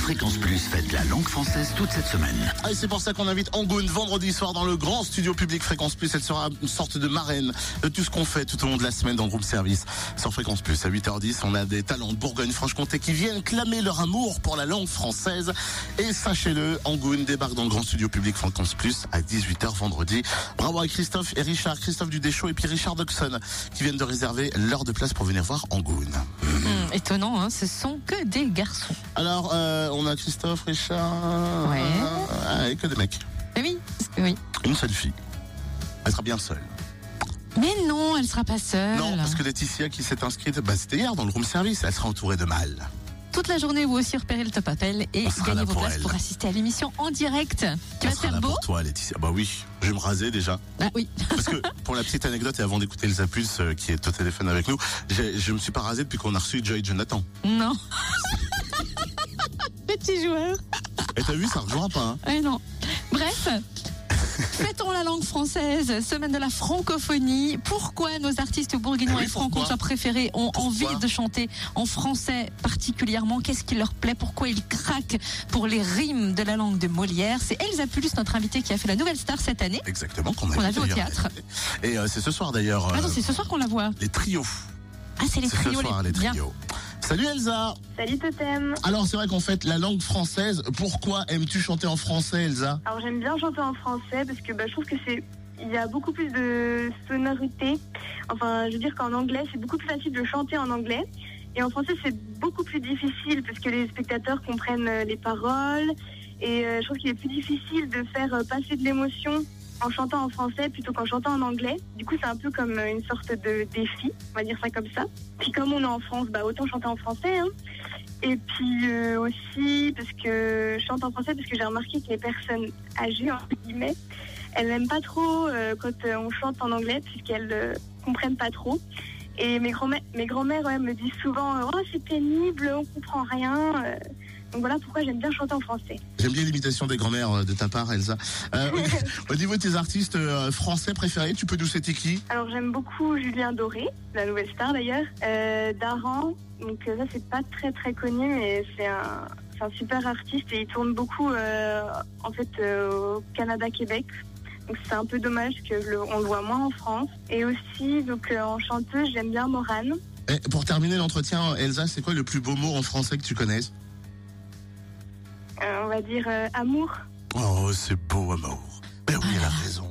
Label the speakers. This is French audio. Speaker 1: Fréquence Plus fête la langue française toute cette semaine.
Speaker 2: Ah, et c'est pour ça qu'on invite Angoune vendredi soir dans le grand studio public Fréquence Plus. Elle sera une sorte de marraine de tout ce qu'on fait tout au long de la semaine dans le groupe service. Sur Fréquence Plus, à 8h10, on a des talents de Bourgogne-Franche-Comté qui viennent clamer leur amour pour la langue française. Et sachez-le, Angoune débarque dans le grand studio public Fréquence Plus à 18h vendredi. Bravo à Christophe et Richard, Christophe Dudéchaud et puis Richard Doxon qui viennent de réserver l'heure de place pour venir voir Angoune.
Speaker 3: Hum, étonnant, hein, ce sont que des garçons.
Speaker 2: Alors, euh, on a Christophe, Richard.
Speaker 3: Ouais.
Speaker 2: Ah, et que des mecs.
Speaker 3: Mais oui, parce que oui.
Speaker 2: Une seule fille. Elle sera bien seule.
Speaker 3: Mais non, elle sera pas seule.
Speaker 2: Non, parce que Laetitia qui s'est inscrite, bah, c'était hier dans le room service, elle sera entourée de mâles.
Speaker 3: Toute la journée, vous aussi repérez le top appel et
Speaker 2: On sera là
Speaker 3: gagnez vos
Speaker 2: pour
Speaker 3: places
Speaker 2: elle.
Speaker 3: pour assister à l'émission en direct. Tu
Speaker 2: Elle
Speaker 3: vas te
Speaker 2: sera
Speaker 3: faire
Speaker 2: là
Speaker 3: beau
Speaker 2: pour toi, Laetitia. Bah oui, je vais me raser déjà.
Speaker 3: Ah oui.
Speaker 2: Parce que pour la petite anecdote, et avant d'écouter Elsa Pulse euh, qui est au téléphone avec nous, j'ai- je me suis pas rasé depuis qu'on a reçu Joy Jonathan.
Speaker 3: Non. Petit joueur.
Speaker 2: Et t'as vu, ça rejoint pas. hein.
Speaker 3: Eh non. Bref. Fêtons la langue française, semaine de la francophonie. Pourquoi nos artistes bourguignons
Speaker 2: Eh oui,
Speaker 3: et
Speaker 2: pourquoi
Speaker 3: franco préférés ont
Speaker 2: Pourquoi
Speaker 3: envie de chanter en français particulièrement Qu'est-ce qui leur plaît Pourquoi ils craquent pour les rimes de la langue de Molière C'est Elsa Pulus, notre invitée, qui a fait la nouvelle star cette année.
Speaker 2: Exactement, qu'on a,
Speaker 3: Qu'on a
Speaker 2: vu
Speaker 3: vu au
Speaker 2: d'ailleurs.
Speaker 3: théâtre. Ah,
Speaker 2: Et euh, c'est ce soir d'ailleurs. euh,
Speaker 3: Attends, c'est ce soir qu'on la voit.
Speaker 2: les trios.
Speaker 3: Ah, c'est les
Speaker 2: C'est
Speaker 3: trios.
Speaker 2: ce soir, les
Speaker 3: bien.
Speaker 2: trios. Salut Elsa
Speaker 4: Salut Totem
Speaker 2: Alors c'est vrai qu'en fait, la langue française, pourquoi aimes-tu chanter en français Elsa
Speaker 4: Alors j'aime bien chanter en français parce que bah, je trouve que c'est il y a beaucoup plus de sonorité. Enfin, je veux dire qu'en anglais, c'est beaucoup plus facile de chanter en anglais. Et en français, c'est beaucoup plus difficile parce que les spectateurs comprennent euh, les paroles. Et euh, je trouve qu'il est plus difficile de faire euh, passer de l'émotion en chantant en français plutôt qu'en chantant en anglais. Du coup, c'est un peu comme euh, une sorte de défi, on va dire ça comme ça. Puis comme on est en France, bah, autant chanter en français. hein. Et puis euh, aussi, parce que je chante en français, parce que j'ai remarqué que les personnes âgées, entre guillemets, elles n'aiment pas trop euh, quand euh, on chante en anglais, puisqu'elles euh, comprennent pas trop. Et mes grands-mères mes grands-mères, ouais, me disent souvent euh, Oh, c'est pénible, on comprend rien. Euh, donc voilà pourquoi j'aime bien chanter en français.
Speaker 2: J'aime bien l'imitation des grand-mères euh, de ta part Elsa. Euh, au niveau de tes artistes euh, français préférés, tu peux nous citer qui
Speaker 4: Alors j'aime beaucoup Julien Doré, la nouvelle star d'ailleurs, euh, Daran, donc euh, ça c'est pas très très connu mais c'est un, c'est un super artiste et il tourne beaucoup euh, en fait euh, au Canada-Québec. Donc c'est un peu dommage que le- on le voit moins en France. Et aussi donc euh, en chanteuse j'aime bien Morane.
Speaker 2: Et Eh, Pour terminer l'entretien, Elsa, c'est quoi le plus beau mot en français que tu connaisses
Speaker 4: Euh, on va dire euh, amour.
Speaker 2: Oh, c'est beau amour. Ben oui, elle a raison.